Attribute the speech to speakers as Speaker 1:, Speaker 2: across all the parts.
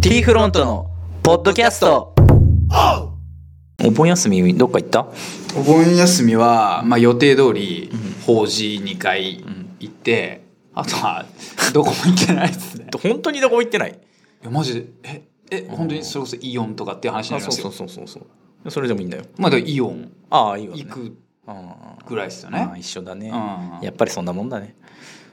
Speaker 1: T フロントのポッドキャスト
Speaker 2: お盆休みどっか行った
Speaker 3: お盆休みは、まあ、予定通り法事2回行って、あと はどこも行ってないですね
Speaker 2: 本当にどこも行ってない
Speaker 3: いやマジでええ本当にそれこそイオンとかっていう話に
Speaker 2: あ
Speaker 3: なり
Speaker 2: そ
Speaker 3: ま
Speaker 2: う
Speaker 3: す
Speaker 2: そ
Speaker 3: よ
Speaker 2: うそうそうそうそれでもいいんだよ
Speaker 3: まあでもイオン
Speaker 2: ああいいわ、ね、
Speaker 3: 行く
Speaker 2: ああ
Speaker 3: ぐらいですよね
Speaker 2: ああ一緒だね、
Speaker 3: うんま
Speaker 2: やっぱりそんなもんだね、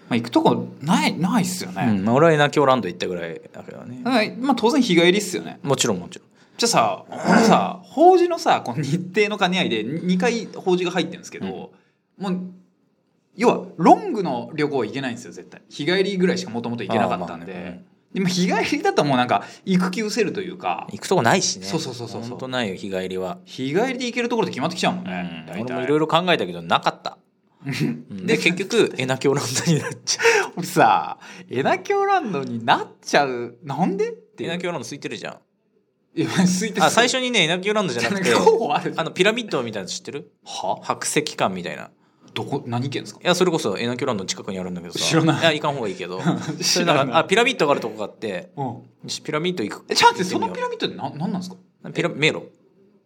Speaker 3: あ、行くとこないないっすよ
Speaker 2: う
Speaker 3: ね、
Speaker 2: んまあ、俺はエナキオランド行ったぐらいだけどね、
Speaker 3: はいまあ当然日帰りっすよね
Speaker 2: もちろんもちろん
Speaker 3: じゃあさこのさ法事のさこの日程の兼ね合いで2回法事が入ってるんですけど、もう要はロングの旅行は行けないんですよ絶対日帰りぐらいしかもともと行けなかったんで、
Speaker 2: あーまあね
Speaker 3: でも日帰りだともうなんか行く気失せるというか
Speaker 2: 行くとこないしね
Speaker 3: そうそうそうそうそう
Speaker 2: 本当ないよ日帰りは、
Speaker 3: 日帰りで行けるところって決まってきちゃうもん
Speaker 2: うん
Speaker 3: ね、
Speaker 2: 俺
Speaker 3: 大体
Speaker 2: もいろいろ考えたけどなか った、うんで結局エナキオランドになっちゃう
Speaker 3: 俺さエナキョランドになっちゃうなんでって
Speaker 2: エナ
Speaker 3: い
Speaker 2: キオランド空いてるじゃん
Speaker 3: や空いて
Speaker 2: あ最初に ねエナキオランドじゃなくて
Speaker 3: 候補ある
Speaker 2: あのピラミッドみたいなの知ってるは白石館みたいな
Speaker 3: どこ何県ですか
Speaker 2: いやそれこそエナキュランドの近くにあるんだけどさ
Speaker 3: 知らない
Speaker 2: や行かん方がいいけ どそれ
Speaker 3: 知
Speaker 2: な
Speaker 3: らない
Speaker 2: んかあピラミッドがあるとこがあって
Speaker 3: うん
Speaker 2: よしピラミッド行く
Speaker 3: えちょっと待ってその
Speaker 2: 行
Speaker 3: ピ
Speaker 2: て
Speaker 3: ラミッドってな何なんですか
Speaker 2: みようピラ迷路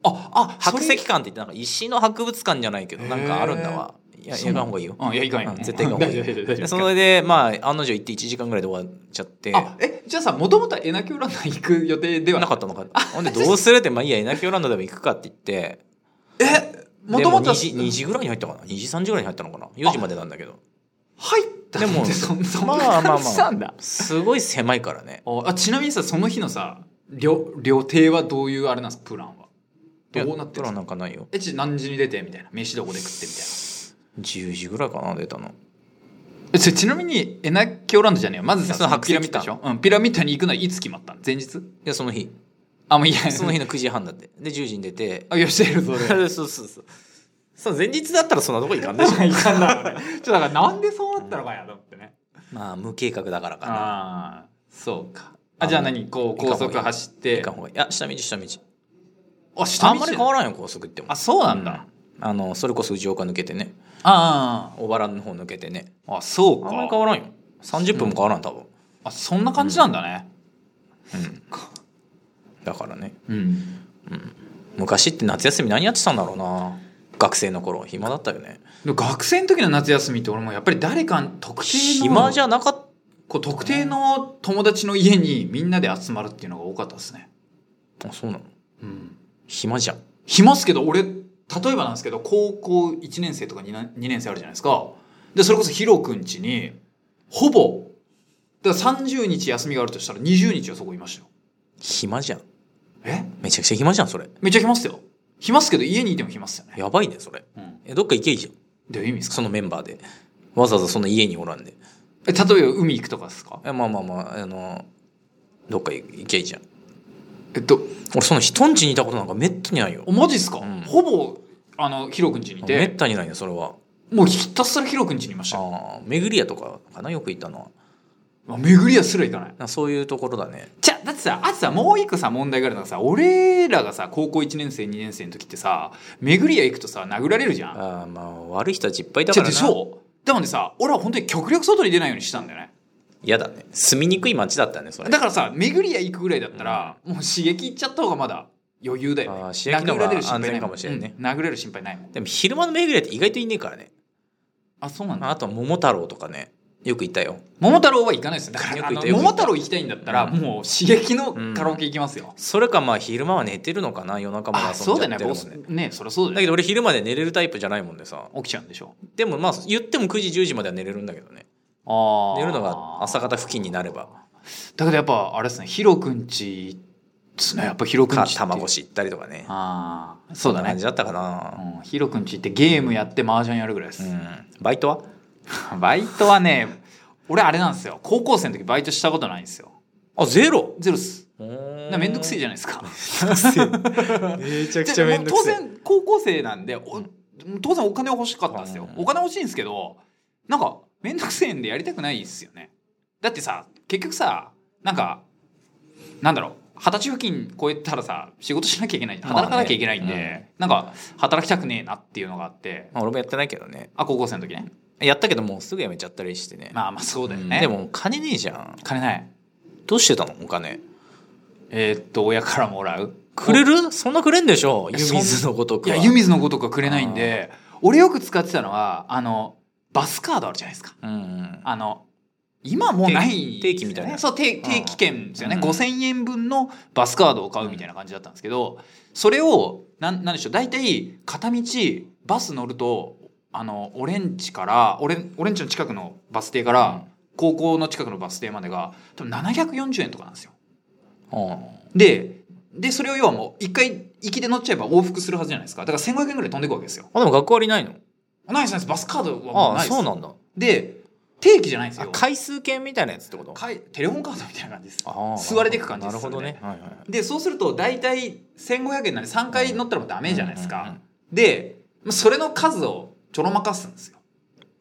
Speaker 3: ああ
Speaker 2: 白石
Speaker 3: それ
Speaker 2: 館って言ってなんか石の博物館じゃないけどなんかあるんだわいや
Speaker 3: そ
Speaker 2: 行
Speaker 3: うな
Speaker 2: かん
Speaker 3: の
Speaker 2: 方がいいよ
Speaker 3: うん、いや、いかんよ
Speaker 2: うん。絶対行かん方がいい
Speaker 3: 大丈夫大丈夫大丈夫
Speaker 2: でそれでまあ案の定行って1時間ぐらいで終わっちゃって
Speaker 3: あ、え、じゃあさ、もともとはエナキュランド行く予定では
Speaker 2: なかったのかほんでどうするってまあいいやエナキュランドでも行くかって言って
Speaker 3: え、も
Speaker 2: で
Speaker 3: と
Speaker 2: も
Speaker 3: もと
Speaker 2: 2
Speaker 3: は
Speaker 2: 時2時ぐらいに入ったかな2時3時ぐらいに入ったのかな4時までなんだけ ど
Speaker 3: 入った
Speaker 2: でも
Speaker 3: ってそんそん
Speaker 2: ま
Speaker 3: な
Speaker 2: あまあまあ
Speaker 3: 感じなんだ。
Speaker 2: すごい狭いからね
Speaker 3: ああちなみにさ、その日のさ、旅旅程はどういうあれなんですか、プランは。どうなって
Speaker 2: いやプ
Speaker 3: るんで
Speaker 2: ラ
Speaker 3: す
Speaker 2: ン
Speaker 3: か
Speaker 2: なんかないよ
Speaker 3: え、ち何時に出てみたいな。飯どこで食ってみたい
Speaker 2: 10時ぐらいかな出たの
Speaker 3: な。えそれちなみに、エナキュランドじゃねえよ。まずさ、
Speaker 2: その白
Speaker 3: ピラ
Speaker 2: 石
Speaker 3: ミッドでし
Speaker 2: 館
Speaker 3: ょ。うん、ピラミッドに行くのはいつ決まったの前日
Speaker 2: いやその日
Speaker 3: あ、もうい や、
Speaker 2: その日の9時半だってで10時に出て
Speaker 3: あ、よしてる、それ。
Speaker 2: そうそうそうそう前日だったらそんなとこ行かんでしょ
Speaker 3: いかんな。 ちょっとだから、なんでそうなったのかや、と思ってね。
Speaker 2: まあ無計画だからかな
Speaker 3: ああそうかあじゃあ何こう
Speaker 2: いか
Speaker 3: 高
Speaker 2: んほうがいい
Speaker 3: 速走って
Speaker 2: 行かんほうがいいいや下道下道
Speaker 3: あ下道
Speaker 2: あんまり変わらんよ高速行っても
Speaker 3: あそうなんだ、
Speaker 2: うんあのそれこそ藤岡抜けてね
Speaker 3: あ
Speaker 2: 小原の方抜けてね
Speaker 3: ああそう
Speaker 2: あ
Speaker 3: か
Speaker 2: んまり変わらんよ30分も変わらん多分
Speaker 3: あそんな感じなんだね
Speaker 2: だからね
Speaker 3: うん、
Speaker 2: 昔って夏休み何やってたんだろうな学生の頃暇だったよね
Speaker 3: でも学生の時の夏休みって俺もやっぱり誰か特定の
Speaker 2: 暇じゃなかっ
Speaker 3: こう特定の友達の家にみんなで集まるっていうのが多かったですね
Speaker 2: たあそうなの
Speaker 3: うん
Speaker 2: 暇じゃん
Speaker 3: 暇っすけど俺例えばなんですけど高校1年生とか 2, な二年生あるじゃないですかでそれこそヒロ君家にほぼだから30日休みがあるとしたら20日はそこいましたよ
Speaker 2: 暇じゃん
Speaker 3: え
Speaker 2: めちゃくちゃ暇じゃんそれ
Speaker 3: めっちゃ暇っすよ暇っすけど家にいても暇っすよね、
Speaker 2: やばいねそれ
Speaker 3: うん、
Speaker 2: えどっか行けいいじゃん
Speaker 3: どういう意味ですか
Speaker 2: そのメンバーでわざわざそんな家におらんで
Speaker 3: え例えば海行くとかですか
Speaker 2: えまあまあまああのどっか行けいいじゃん
Speaker 3: えっと
Speaker 2: 俺その人ん家にいたことなんかめったにないよ
Speaker 3: おマジっすか、
Speaker 2: うん
Speaker 3: ほぼあのヒロ君家にい
Speaker 2: めってたにないねそれは
Speaker 3: もうひたすらヒロ君家にいましたよ
Speaker 2: ああ巡り屋とかかなよく行ったのは
Speaker 3: まあ巡りはすら行かない
Speaker 2: なんかそういうところだね
Speaker 3: じゃだってさあとさもう一個さ問題があるのがさ俺らがさ高校1年生2年生の時ってさ巡り屋行くとさ殴られるじゃん
Speaker 2: ああまあ悪い人たちいっぱいいた
Speaker 3: じ
Speaker 2: か
Speaker 3: ゃ
Speaker 2: ら
Speaker 3: で
Speaker 2: な
Speaker 3: しょだもんでさ俺は本当に極力外に出ないようにしたんだよね
Speaker 2: 嫌だね住みにくい街だったねそれ
Speaker 3: だからさ巡り屋行くぐらいだったら、もう刺激行っちゃった方がまだ余裕だよね
Speaker 2: あー刺激の方が
Speaker 3: ない
Speaker 2: 安全かもしれんね
Speaker 3: うん殴られる心配ないもん
Speaker 2: でも昼間の巡り屋って意外といねえからね
Speaker 3: あそうなんだ
Speaker 2: あとは桃太郎とかねよく行ったよ
Speaker 3: 桃太郎は行かないですよだから
Speaker 2: よく行
Speaker 3: あ
Speaker 2: った
Speaker 3: の
Speaker 2: よく行
Speaker 3: 桃
Speaker 2: った
Speaker 3: 太郎行きたいんだったら、
Speaker 2: うん
Speaker 3: もう刺激のカラオケ行きますよ、
Speaker 2: それかまあ昼間は寝てるのかな夜中まで
Speaker 3: あ
Speaker 2: 遊ん
Speaker 3: そう
Speaker 2: じゃ
Speaker 3: だよ
Speaker 2: っ
Speaker 3: ね
Speaker 2: てる
Speaker 3: ボ
Speaker 2: もん
Speaker 3: ス
Speaker 2: ね
Speaker 3: ねそりゃそう
Speaker 2: だ
Speaker 3: だよ
Speaker 2: けど俺昼まで寝れるタイプじゃないもんでさ
Speaker 3: 起きちゃうんでしょ
Speaker 2: でもまあ言っても9時10時までは寝れるんだけどね
Speaker 3: ああ
Speaker 2: 寝るのが朝方付近になれば
Speaker 3: だけどやっぱあれですねヒロ君ちですねやっぱヒロ君
Speaker 2: か
Speaker 3: ちって
Speaker 2: 卵し行ったりとかね
Speaker 3: ああそうだ
Speaker 2: 感
Speaker 3: ね
Speaker 2: じだったかな
Speaker 3: うんヒロ君ちってゲームやって麻雀やるぐらいで
Speaker 2: う
Speaker 3: す、
Speaker 2: んバイトは
Speaker 3: バイトはね 俺あれなんですよ高校生の時バイトしたことないんですよ
Speaker 2: あゼロ
Speaker 3: ゼロっすなめんどくせえ
Speaker 2: じ
Speaker 3: じゃないですか
Speaker 2: ゃんめちゃ
Speaker 3: でもう当然高校生なんでお当然お金は欲しかったんですよ、
Speaker 2: うん
Speaker 3: お金欲しいんですけどなんか面倒くせえんでやりたくないですよねだってさ結局さなんかなんだろう二十歳付近超えたらさ仕事しなきゃいけない
Speaker 2: まあね
Speaker 3: 働かなきゃいけないんで、なんか働きたくねえなっていうのがあって
Speaker 2: まあ俺もやってないけどね
Speaker 3: あ高校生の時ね
Speaker 2: やったけどもうすぐやめちゃったりしてね
Speaker 3: まあまあそうだよね、
Speaker 2: うんでも金ねえじゃん
Speaker 3: 金ない
Speaker 2: どうしてたのお金
Speaker 3: えーっと親からもらう
Speaker 2: くれるそんなくれんでしょ湯
Speaker 3: そん
Speaker 2: 水のごとく
Speaker 3: いや
Speaker 2: は
Speaker 3: 湯水のごとくはくれないんで俺よく使ってたのはあのバスカードあるじゃないですか
Speaker 2: うんうん
Speaker 3: あの今もうないですよね
Speaker 2: 定期みたいな
Speaker 3: そう定定期券ですよね、
Speaker 2: うん
Speaker 3: 5,000円分のバスカードを買うみたいな感じだったんですけどそれをなんなんでしょう大体片道バス乗るとあのオレンジからオレンオレンジの近くのバス停から高校の近くのバス停までが多分740円とかなんですよ。
Speaker 2: う
Speaker 3: ででそれを要はもう一回行きで乗っちゃえば往復するはずじゃないですかだから1500円ぐらい飛んでいくわけですよ。
Speaker 2: んあでも学校割ないの
Speaker 3: ないですないですバスカードはもう
Speaker 2: ああ
Speaker 3: ないです
Speaker 2: そうなんだ
Speaker 3: で定期じゃないんです
Speaker 2: あ
Speaker 3: よ。
Speaker 2: 回数券みたいなやつってこと
Speaker 3: かいテレホンカードみたいな感じです。
Speaker 2: ああ
Speaker 3: 座れてく感じで
Speaker 2: な
Speaker 3: す
Speaker 2: るほど
Speaker 3: それ
Speaker 2: ね
Speaker 3: で
Speaker 2: はいはいはい
Speaker 3: でそうすると大体1500円なんで3回乗ったらもうダメじゃないです
Speaker 2: う
Speaker 3: か、
Speaker 2: んうんうん
Speaker 3: でまあそれの数をちょろまかすんですよ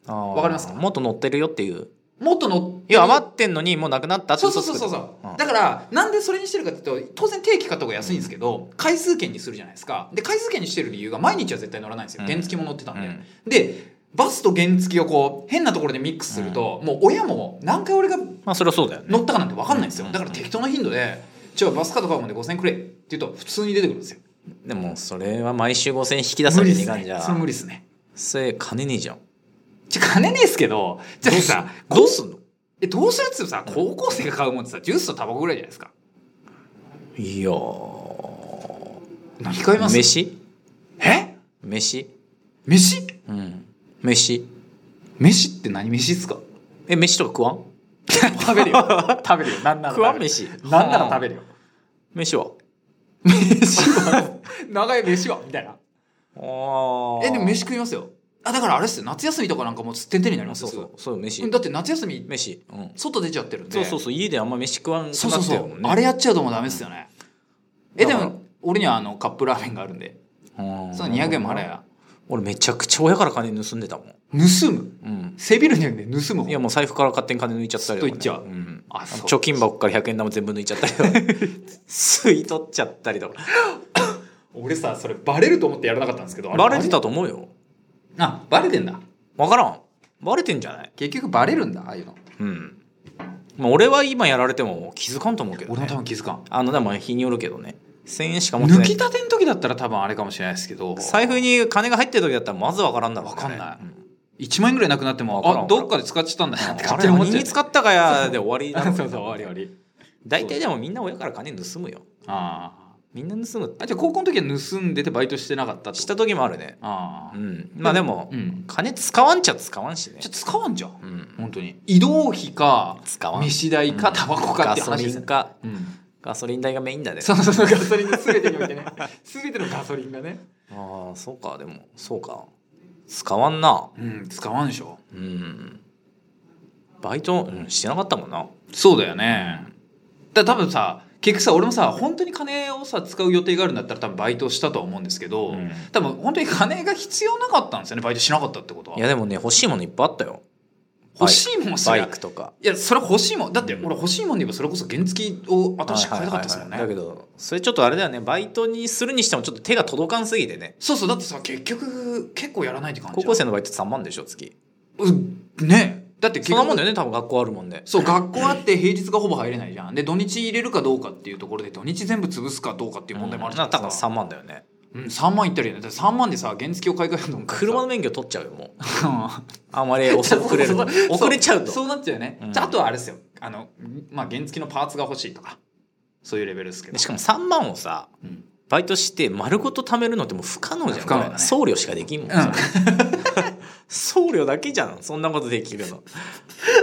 Speaker 2: ああ
Speaker 3: わかりますか
Speaker 2: もっと乗ってるよっていう
Speaker 3: もっと乗って
Speaker 2: いや余ってんのにもうなくなったって
Speaker 3: そう
Speaker 2: 嘘
Speaker 3: そう
Speaker 2: つ
Speaker 3: そう
Speaker 2: く
Speaker 3: そうそう、
Speaker 2: うん
Speaker 3: だからなんでそれにしてるかっていうと当然定期買った方が安いんですけど、回数券にするじゃないですかで回数券にしてる理由が毎日は絶対乗らないんですよ
Speaker 2: うん
Speaker 3: 原付も乗ってたんで、
Speaker 2: うん
Speaker 3: でバスと原付をこう変なところでミックスすると、もう親も何回俺が
Speaker 2: まあそれはそうだよね
Speaker 3: 乗ったかなんて分かんないんですよ
Speaker 2: うん
Speaker 3: だから適当な頻度で「じゃあバスカード買うもんで5000円くれ」って言うと普通に出てくるんですよ
Speaker 2: でもそれは毎週5000円引き出されていかんじゃ
Speaker 3: それ無理っすね
Speaker 2: それ金ねえじゃん
Speaker 3: ちょ金ねえっすけど、じゃあさ、
Speaker 2: どうすんの
Speaker 3: え、どうするっつってさ、高校生が買うもんってさ、ジュースとタバコぐらいじゃないですか。
Speaker 2: いやー
Speaker 3: 何買います
Speaker 2: 飯
Speaker 3: え
Speaker 2: 飯
Speaker 3: 飯
Speaker 2: うん飯
Speaker 3: 飯って何飯 っすか
Speaker 2: え飯とか食わん
Speaker 3: 食べるよ。食べるよ。なんなら食べる。
Speaker 2: 食わん飯
Speaker 3: なんなら食べ るよ。
Speaker 2: 飯は
Speaker 3: 飯は、長い飯は、みたいな。
Speaker 2: あ
Speaker 3: え、でも飯食いますよ。あ、だからあれっすよ。夏休みとかなんかもうすってんてんになります
Speaker 2: そ
Speaker 3: よ。
Speaker 2: うそうそう
Speaker 3: す
Speaker 2: 飯
Speaker 3: ぐだって夏休み、
Speaker 2: 飯うん
Speaker 3: 外出ちゃってるんで。
Speaker 2: そうそうそう家であんま飯食わんく
Speaker 3: そう
Speaker 2: な
Speaker 3: そう
Speaker 2: って
Speaker 3: そ
Speaker 2: るもん
Speaker 3: う。
Speaker 2: ね
Speaker 3: あれやっちゃうともうダメっすよね。え、で
Speaker 2: だから
Speaker 3: も、俺にはあの、カップラーメンがあるんで、
Speaker 2: うん
Speaker 3: その200円も払えば。
Speaker 2: 俺めちゃくちゃ親から金盗んでたもん
Speaker 3: 盗む
Speaker 2: うん
Speaker 3: 背びるんじゃなくて盗む方
Speaker 2: いやもう財布から勝手に金抜いちゃったりとか、ね、
Speaker 3: すっといっちゃうんあそう
Speaker 2: 貯金箱から100円玉全部抜いちゃったりとか吸い取っちゃったりとか
Speaker 3: 俺さそれバレると思ってやらなかったんですけどあれ
Speaker 2: バレてたと思うよ
Speaker 3: あバレてんだ
Speaker 2: 分からんバレてんじゃない
Speaker 3: 結局バレるんだああいうの
Speaker 2: うん、まあ、俺は今やられても気づかんと思うけど、
Speaker 3: 俺も
Speaker 2: ね
Speaker 3: 多、分気づかん
Speaker 2: あのでも日によるけどね1000円しか持って
Speaker 3: 抜
Speaker 2: な
Speaker 3: き
Speaker 2: い
Speaker 3: たての時だったら多分あれかもしれないですけど
Speaker 2: 財布に金が入ってる時だったらまず分からんだろうね、
Speaker 3: わかんない
Speaker 2: うん
Speaker 3: 1万円ぐらいなくなって
Speaker 2: わ
Speaker 3: も
Speaker 2: からん
Speaker 3: あ
Speaker 2: わからん
Speaker 3: どっかで使っちゃったんだなっ
Speaker 2: あ
Speaker 3: て勝手
Speaker 2: れ
Speaker 3: に
Speaker 2: も
Speaker 3: 思
Speaker 2: 人
Speaker 3: っち
Speaker 2: に
Speaker 3: ゃう
Speaker 2: 使ったかやで終わりだろ
Speaker 3: そうそう終わり終わり
Speaker 2: 大体でもみんな親から金盗むよ
Speaker 3: あ
Speaker 2: みんな盗むって
Speaker 3: ーあじゃあ高校の時は盗んでてバイトしてなかったってこと
Speaker 2: した時もあるね
Speaker 3: あ
Speaker 2: う
Speaker 3: あ
Speaker 2: んまあでも、
Speaker 3: うん
Speaker 2: 金使わんちゃ使わんしね
Speaker 3: じゃあ使わんじゃん
Speaker 2: うん
Speaker 3: 本当に移動費か
Speaker 2: 使わん
Speaker 3: 飯代かタバコかっ
Speaker 2: ガ
Speaker 3: て
Speaker 2: ソ
Speaker 3: 話
Speaker 2: リ
Speaker 3: ですよ
Speaker 2: ンか
Speaker 3: うん
Speaker 2: ガソリン代がメインだね
Speaker 3: そうそうそうガソリンが全てにおいてね全てのガソリンがね
Speaker 2: ああそうかでもそうか使わんな
Speaker 3: うん使わんでしょ
Speaker 2: うんバイト、うん、してなかったもんな
Speaker 3: そうだよねだから多分さ結局さ俺もさ本当に金をさ使う予定があるんだったら多分バイトしたとは思うんですけど、
Speaker 2: うん
Speaker 3: 多分本当に金が必要なかったんですよねバイトしなかったってことはい
Speaker 2: やでもね欲しいものいっぱいあったよ
Speaker 3: 欲しいもんそ
Speaker 2: バ
Speaker 3: り
Speaker 2: イ
Speaker 3: ゃ
Speaker 2: クとか
Speaker 3: いやそれ欲しいもんだって俺欲しいもんで言えばそれこそ原付を新しく買いたかったですもん
Speaker 2: はいはいはいはいだけ
Speaker 3: ね
Speaker 2: どそれちょっとあれだよねバイトにするにしてもちょっと手が届かんすぎてね
Speaker 3: そうそうだってさ結局結構やらないって感じ
Speaker 2: 高校生のバイトって3万でしょ月
Speaker 3: うんねだって結
Speaker 2: そん
Speaker 3: 局
Speaker 2: なもんだよね多分学校あるもんで
Speaker 3: そう学校あって平日がほぼ入れないじゃんで土日入れるかどうかっていうところで土日全部潰すかどうかっていう問題もあるじゃ
Speaker 2: な
Speaker 3: ないで
Speaker 2: 多
Speaker 3: す
Speaker 2: 分3
Speaker 3: か
Speaker 2: 万だよね
Speaker 3: うん、3万いったりねだって3万でさ原付を買い替えるのも
Speaker 2: 車の免許取っちゃうよもう
Speaker 3: 車
Speaker 2: あんまり遅くれ ると
Speaker 3: そうそうそう
Speaker 2: 遅れちゃう
Speaker 3: そ
Speaker 2: と
Speaker 3: うなっちゃうよね、
Speaker 2: うん
Speaker 3: じゃああとはあれですよあの、まあ、原付のパーツが欲しいとかそういうレベルですけ
Speaker 2: で
Speaker 3: ど
Speaker 2: しかも3万をさ
Speaker 3: うん
Speaker 2: バイトして丸ごと貯めるのってもう不可能じゃん
Speaker 3: 不可能だね
Speaker 2: これ送料しかできんもん、
Speaker 3: うん
Speaker 2: それ送料だけじゃんそんなことできるの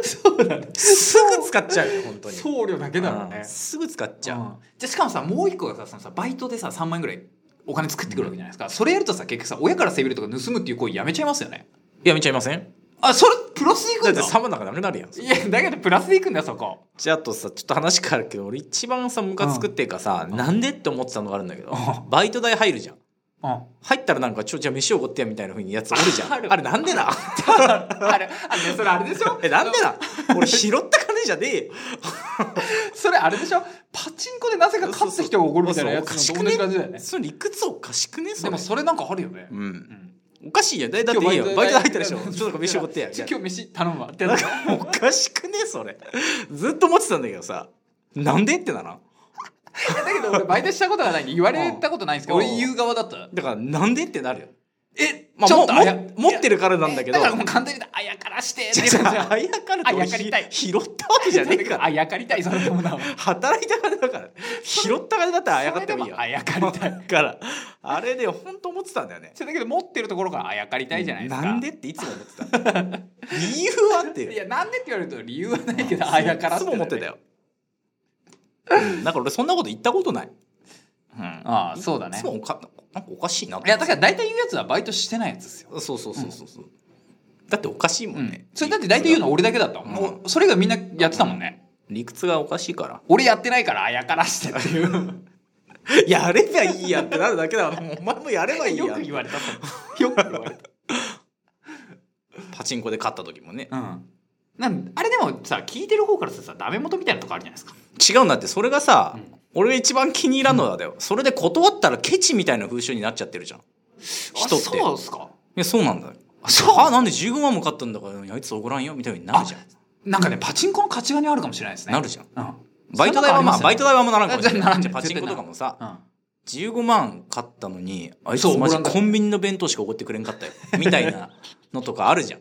Speaker 3: そうだね
Speaker 2: すぐ使っちゃうよ本当に
Speaker 3: 送料だけだろう
Speaker 2: うん
Speaker 3: ね
Speaker 2: すぐ使っち
Speaker 3: じ
Speaker 2: ゃ
Speaker 3: ゃ
Speaker 2: う、
Speaker 3: あじゃあしかもさもう一個がさそのさバイトでさ3万円ぐらいお金作ってくるわけじゃないですか、それやるとさ結局さ親からせびるとか盗むっていう行為やめちゃいますよね
Speaker 2: やめちゃいません
Speaker 3: あそれプラスでいく
Speaker 2: だっ
Speaker 3: ん
Speaker 2: て
Speaker 3: だ
Speaker 2: 3万なんかなくなるやん
Speaker 3: いやだけどプラスでいくんだよそこ
Speaker 2: じゃああとさちょっと話変わるけど俺一番さムカつくっていうかさ、なんでって思ってたのがあるんだけど、
Speaker 3: う
Speaker 2: バイト代入るじゃん
Speaker 3: うん
Speaker 2: 入ったらなんかちょじゃあ飯おごってやみたいなふうにやつおるじ ゃん
Speaker 3: あ
Speaker 2: あれ
Speaker 3: る
Speaker 2: なんでな
Speaker 3: あれ、あれ、それあれでしょ
Speaker 2: えなんでな俺拾った金じゃねえよ
Speaker 3: それあれでしょパチンコでなぜか勝った人が怒るみたいなやつ
Speaker 2: そうそう
Speaker 3: の同じ感じだよね。
Speaker 2: その理屈おかしくねそれ
Speaker 3: でもそれなんかあるよね。
Speaker 2: うん
Speaker 3: ん
Speaker 2: おかしいやんだだっていいよバイト入ったでしょちょっとなんか飯おごってや
Speaker 3: ちょ
Speaker 2: みた
Speaker 3: 今
Speaker 2: い
Speaker 3: 日飯頼むわって
Speaker 2: ななんかおかしくねそれずっと思ってたんだけどさなんでってならん
Speaker 3: ど俺バイトしたことがないんで言われたことないんですけど、
Speaker 2: うん
Speaker 3: 俺言う側だった。
Speaker 2: だからなんでってなるよ。
Speaker 3: え、
Speaker 2: まあ、
Speaker 3: ちょっとあ
Speaker 2: も
Speaker 3: や
Speaker 2: も持ってるからなんだけど。
Speaker 3: だからもう完全にあやからしてって
Speaker 2: じ
Speaker 3: いう感じ
Speaker 2: ゃああやかる
Speaker 3: あ
Speaker 2: と
Speaker 3: やかりたい
Speaker 2: ひ拾ったわけじゃねえから
Speaker 3: あやかりたいそれもな。
Speaker 2: 働いた金だから拾った金だったらあやかってもいいや
Speaker 3: あやかりたい。
Speaker 2: だからあれで本当思ってたんだよね
Speaker 3: それだけど持ってるところからあやかりたいじゃないですか。
Speaker 2: なんでっていつも思ってた理由はって
Speaker 3: い
Speaker 2: い
Speaker 3: やなんでって言われると理由はないけどあやから
Speaker 2: つも思ってた。よ、うん、だから俺そんなこと言ったことない、うん、
Speaker 3: ああそうだね
Speaker 2: いつ。もおかなんかおかしいなと
Speaker 3: い
Speaker 2: 思
Speaker 3: や
Speaker 2: って
Speaker 3: だから大体言うやつはバイトしてないやつですよ。
Speaker 2: そうそうそうそうそう、だっておかしいも
Speaker 3: うんん
Speaker 2: ね、、
Speaker 3: それだって大体言うの俺だけだったもん、
Speaker 2: うん
Speaker 3: おそれがみんなやってたもんね
Speaker 2: 理屈がおかしいから
Speaker 3: 俺やってないからあやからしてっていう
Speaker 2: やればいいやってなるだけだからお前もやればいいや
Speaker 3: よく言われたと思うよく言われ
Speaker 2: パチンコで勝った時もね
Speaker 3: た、うん、なんあれでもさ聞いてる方からするとさダメ元みたいなとこあるじゃないですか
Speaker 2: 違うんだってそれがさ、
Speaker 3: うん
Speaker 2: 俺が一番気に入らんのはだよ、それで断ったらケチみたいな風習になっちゃってるじゃんい人って
Speaker 3: あそうですか
Speaker 2: やそうなんだよ
Speaker 3: あそう
Speaker 2: あなんで15万も買ったんだからあいつおごらんよみたいになるじゃん
Speaker 3: なんかねパチンコの勝ち金あるかもしれないですね
Speaker 2: なるじゃん
Speaker 3: ゃん、うん、
Speaker 2: バイト代はまあバイト代
Speaker 3: は
Speaker 2: はもうならんかもしれ
Speaker 3: な
Speaker 2: な
Speaker 3: ら
Speaker 2: い
Speaker 3: ん
Speaker 2: じゃあパチンコとかもさ
Speaker 3: うん、あ
Speaker 2: 15万買ったのにあいつ
Speaker 3: そう
Speaker 2: マ
Speaker 3: おご
Speaker 2: ジ
Speaker 3: らんかった
Speaker 2: コンビニの弁当しかおごってくれんかったよみたいなのとかあるじゃん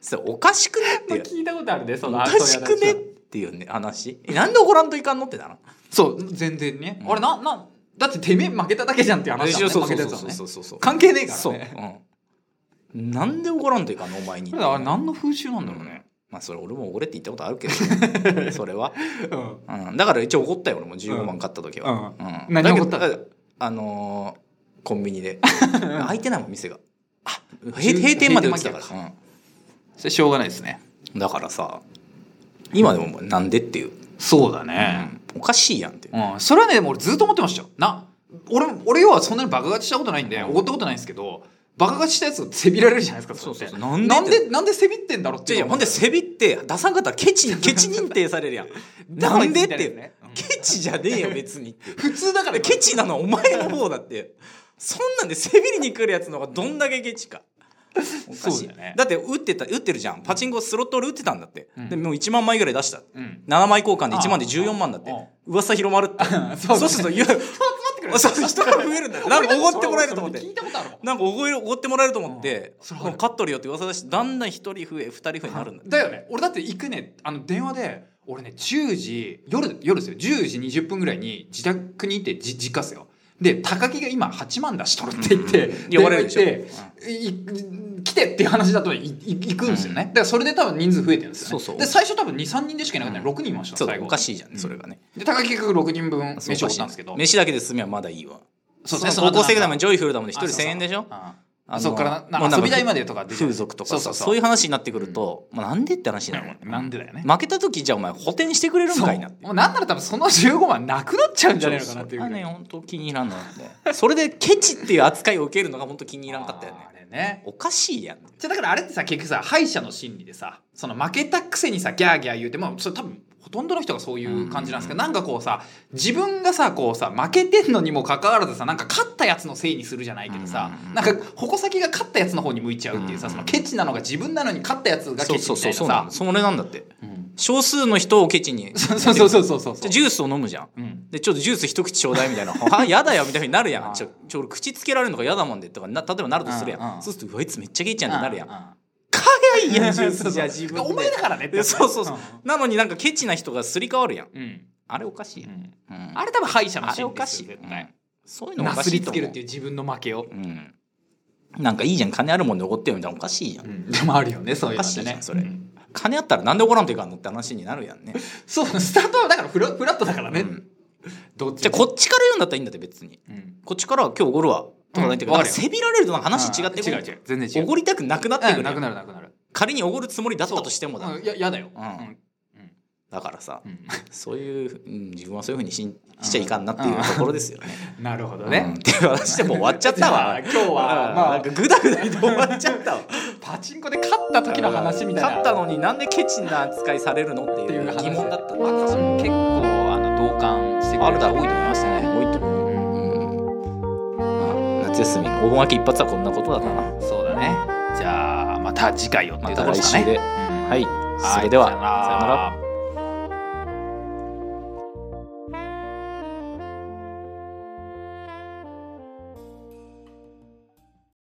Speaker 2: それおかしくねっていう
Speaker 3: 聞いたことあるでそ
Speaker 2: お
Speaker 3: の
Speaker 2: かしくねっていうね話えなんでおごらんといかんのってなの
Speaker 3: そう全然ね、
Speaker 2: うん
Speaker 3: あれななだっててめえ負けただけじゃんっていう話だもんね
Speaker 2: そう
Speaker 3: 負
Speaker 2: そ
Speaker 3: け
Speaker 2: う
Speaker 3: たや
Speaker 2: そ
Speaker 3: つ
Speaker 2: う
Speaker 3: はね
Speaker 2: そうそうそう
Speaker 3: 関係ねえからね
Speaker 2: そう、うん、なんで怒らんといかんのお前に
Speaker 3: これ あれ何の風習なんだろうね、
Speaker 2: まあそれ俺もおごれって言ったことあるけどねそれは、
Speaker 3: うん、
Speaker 2: うん、だから一応怒ったよ俺も15万買った時は、
Speaker 3: う
Speaker 2: うん
Speaker 3: 何
Speaker 2: だけど
Speaker 3: 怒ったの
Speaker 2: だあのーコンビニ で開いてないもん店があ閉閉店まで打ってたから
Speaker 3: 閉店それしょうがないですね
Speaker 2: うんだからさ今でももうなんでっていう、
Speaker 3: そうだ
Speaker 2: う
Speaker 3: ね、
Speaker 2: んおかしいやんっていう、
Speaker 3: うん、それはねでも俺ずっと思ってましたよな俺も俺要はそんなにバカ勝ちしたことないんで怒ったことないんですけどバカ勝ちしたやつをせびられるじゃないですかれって
Speaker 2: そうそうそう
Speaker 3: な
Speaker 2: なんん
Speaker 3: で
Speaker 2: で
Speaker 3: なんでせびってんだろうっ
Speaker 2: じ
Speaker 3: て
Speaker 2: ゃ
Speaker 3: い
Speaker 2: いや
Speaker 3: う
Speaker 2: ほんでせびって出さんかったらケ チケチ認定されるやんなんでっていうケチじゃねえよ別にっていう
Speaker 3: 普通だから
Speaker 2: ケチなのはお前の方だってそんなんで背びりに来るやつの方がどんだけケチかおかし
Speaker 3: そう
Speaker 2: い
Speaker 3: だよね
Speaker 2: だって打ってた打ってるじゃんパチンコスロット俺打ってたんだって、
Speaker 3: うん
Speaker 2: でもう1万枚ぐらい出した
Speaker 3: うん
Speaker 2: 7枚交換で1万で
Speaker 3: ああ
Speaker 2: 14万だって
Speaker 3: ああ
Speaker 2: 噂広まるって
Speaker 3: そう
Speaker 2: そうするといや
Speaker 3: 集まってくる
Speaker 2: そう人が増えるんだってなんかおごってもらえると思っ
Speaker 3: 俺
Speaker 2: て
Speaker 3: 聞いたことあるもん
Speaker 2: なんかおごりおごってもらえると思って
Speaker 3: うんそれはある
Speaker 2: 勝っとるよって噂だしだんだん1人増え2人増えになるんだって
Speaker 3: だよね俺だって行くねあの電話で俺ね10時夜夜ですよ10時20分ぐらいに自宅に行ってじ実家っすよで高木が今8万出しとるって言って、
Speaker 2: 呼ばれるでしょ
Speaker 3: 電話行ってい来てっていう話だといい行くんですよね、だからそれで多分人数増えてるんですよ、ね、
Speaker 2: そうそう
Speaker 3: で最初多分23人でしかいなかったのに6人いました
Speaker 2: そうだ
Speaker 3: 最後
Speaker 2: おかしいじゃんねそれがね、
Speaker 3: で高木が6人分飯をおごったんですけど
Speaker 2: 飯だけで済みはまだいいわ
Speaker 3: そう
Speaker 2: その高校生ぐらいまでジョイフルだもんで1人1000円でしょあの
Speaker 3: そっからな
Speaker 2: もう
Speaker 3: な
Speaker 2: なんか
Speaker 3: んか遊び代までとか出てる
Speaker 2: 風俗とかさ
Speaker 3: そうそうそう
Speaker 2: そういう話になってくると、まあ、なんでって話になるもんね
Speaker 3: なんでだよね
Speaker 2: 負けた時じゃあお前補填してくれるん
Speaker 3: そう
Speaker 2: かいなって
Speaker 3: もうなんなら多分その15万なくなっちゃうんじゃないのかなっていう
Speaker 2: そ
Speaker 3: ぐ
Speaker 2: れ
Speaker 3: らい
Speaker 2: はね本当気に入らんのよねそれでケチっていう扱いを受けるのが本当気に入らんかったよね
Speaker 3: あーあれね
Speaker 2: おかしいやん
Speaker 3: じゃあだからあれってさ結局さ敗者の心理でさその負けたくせにさギャーギャー言うてまあそれ多分ほとんどの人がそういう感じなんですけど、なんかこうさ自分がさこうさ負けてんのにもかかわらずさなんか勝ったやつのせいにするじゃないけどさ、
Speaker 2: うんうんうん
Speaker 3: なんか矛先が勝ったやつの方に向いちゃうっていうさ、そのケチなのが自分なのに勝ったやつが
Speaker 2: そ
Speaker 3: ケ
Speaker 2: う
Speaker 3: チ
Speaker 2: そう
Speaker 3: みた
Speaker 2: そそ
Speaker 3: いうな
Speaker 2: うな
Speaker 3: さ
Speaker 2: のそれなんだって
Speaker 3: うん
Speaker 2: 少数の人をケチに
Speaker 3: そうそうそうそうそうそう
Speaker 2: じゃあジュースを飲むじゃん
Speaker 3: うん
Speaker 2: でちょっとジュース一口ちょうだいみたいな 「あやだよ」みたいになるや
Speaker 3: あー
Speaker 2: んちょちょ俺口つけられるのが嫌だもんでとかな例えばなるとするや
Speaker 3: うんうん
Speaker 2: んそうすると「うわあいつめっちゃケチやん」ってなるやん
Speaker 3: うう
Speaker 2: 早いやんジュースじゃあ
Speaker 3: そう
Speaker 2: 自分
Speaker 3: そう
Speaker 2: で
Speaker 3: お前だからねってやつね
Speaker 2: そうそうそうなのになんかケチな人がすり替わるやん
Speaker 3: うん、うん
Speaker 2: あれおかしいやん、
Speaker 3: あれ多分敗者の
Speaker 2: あれお
Speaker 3: 心理で
Speaker 2: か
Speaker 3: す
Speaker 2: し
Speaker 3: よ
Speaker 2: い、
Speaker 3: 絶対、
Speaker 2: そういうのお
Speaker 3: な
Speaker 2: か
Speaker 3: す
Speaker 2: し
Speaker 3: り
Speaker 2: いと
Speaker 3: つける
Speaker 2: 思
Speaker 3: っていう自分の負けを
Speaker 2: う、うん、なんかいいじゃん金あるもんで怒ってよみたいなおかしいじゃん、
Speaker 3: でもあるよねそういうのって
Speaker 2: おかしいじゃ
Speaker 3: ね
Speaker 2: んそれ
Speaker 3: うん
Speaker 2: 金あったらなんで怒らんといかんのって話になるやんね
Speaker 3: そうスタートはだからフラフラットだからね、
Speaker 2: うん
Speaker 3: どっち
Speaker 2: じゃあこっちから言うんだったらいいんだって別に
Speaker 3: うん
Speaker 2: こっちからは今日おごるわとか言って
Speaker 3: うん
Speaker 2: なん
Speaker 3: わか
Speaker 2: か
Speaker 3: る
Speaker 2: せ
Speaker 3: よ
Speaker 2: びられるとなんか話違ってく
Speaker 3: 違う
Speaker 2: る
Speaker 3: 違う全然
Speaker 2: お
Speaker 3: 違う
Speaker 2: ごりたくなくなってく
Speaker 3: うん
Speaker 2: るや
Speaker 3: なんくなるなくなる
Speaker 2: 仮におごるつもりだったとしてもだ,、
Speaker 3: うんいややだよ、
Speaker 2: うんだからさ
Speaker 3: うんうん
Speaker 2: そういう、うん、自分はそういうふうにしんしちゃいかんなっていうところですよね、
Speaker 3: なるほど
Speaker 2: うん
Speaker 3: ね、
Speaker 2: っていう話でもう終わっちゃった
Speaker 3: じゃあ
Speaker 2: わ
Speaker 3: 今日は、
Speaker 2: まあ、
Speaker 3: ま
Speaker 2: な
Speaker 3: あ
Speaker 2: ん、かグダグダと終わっちゃったわ
Speaker 3: パチンコで勝った時の話みたいな
Speaker 2: 勝ったのになんでケチな扱いされるのっていう疑問だった
Speaker 3: まあ私も結構あの同感してくれる人多いと思いますね
Speaker 2: 多いと思う、うん、まあ夏休み大分け一発はこんなことだったな、
Speaker 3: そうだねじゃあまた次回をってい
Speaker 2: ま
Speaker 3: うと
Speaker 2: た
Speaker 3: ころで
Speaker 2: 来
Speaker 3: すか
Speaker 2: 週
Speaker 3: ね
Speaker 2: で、
Speaker 3: うん
Speaker 2: はいそれでは、
Speaker 3: さよなら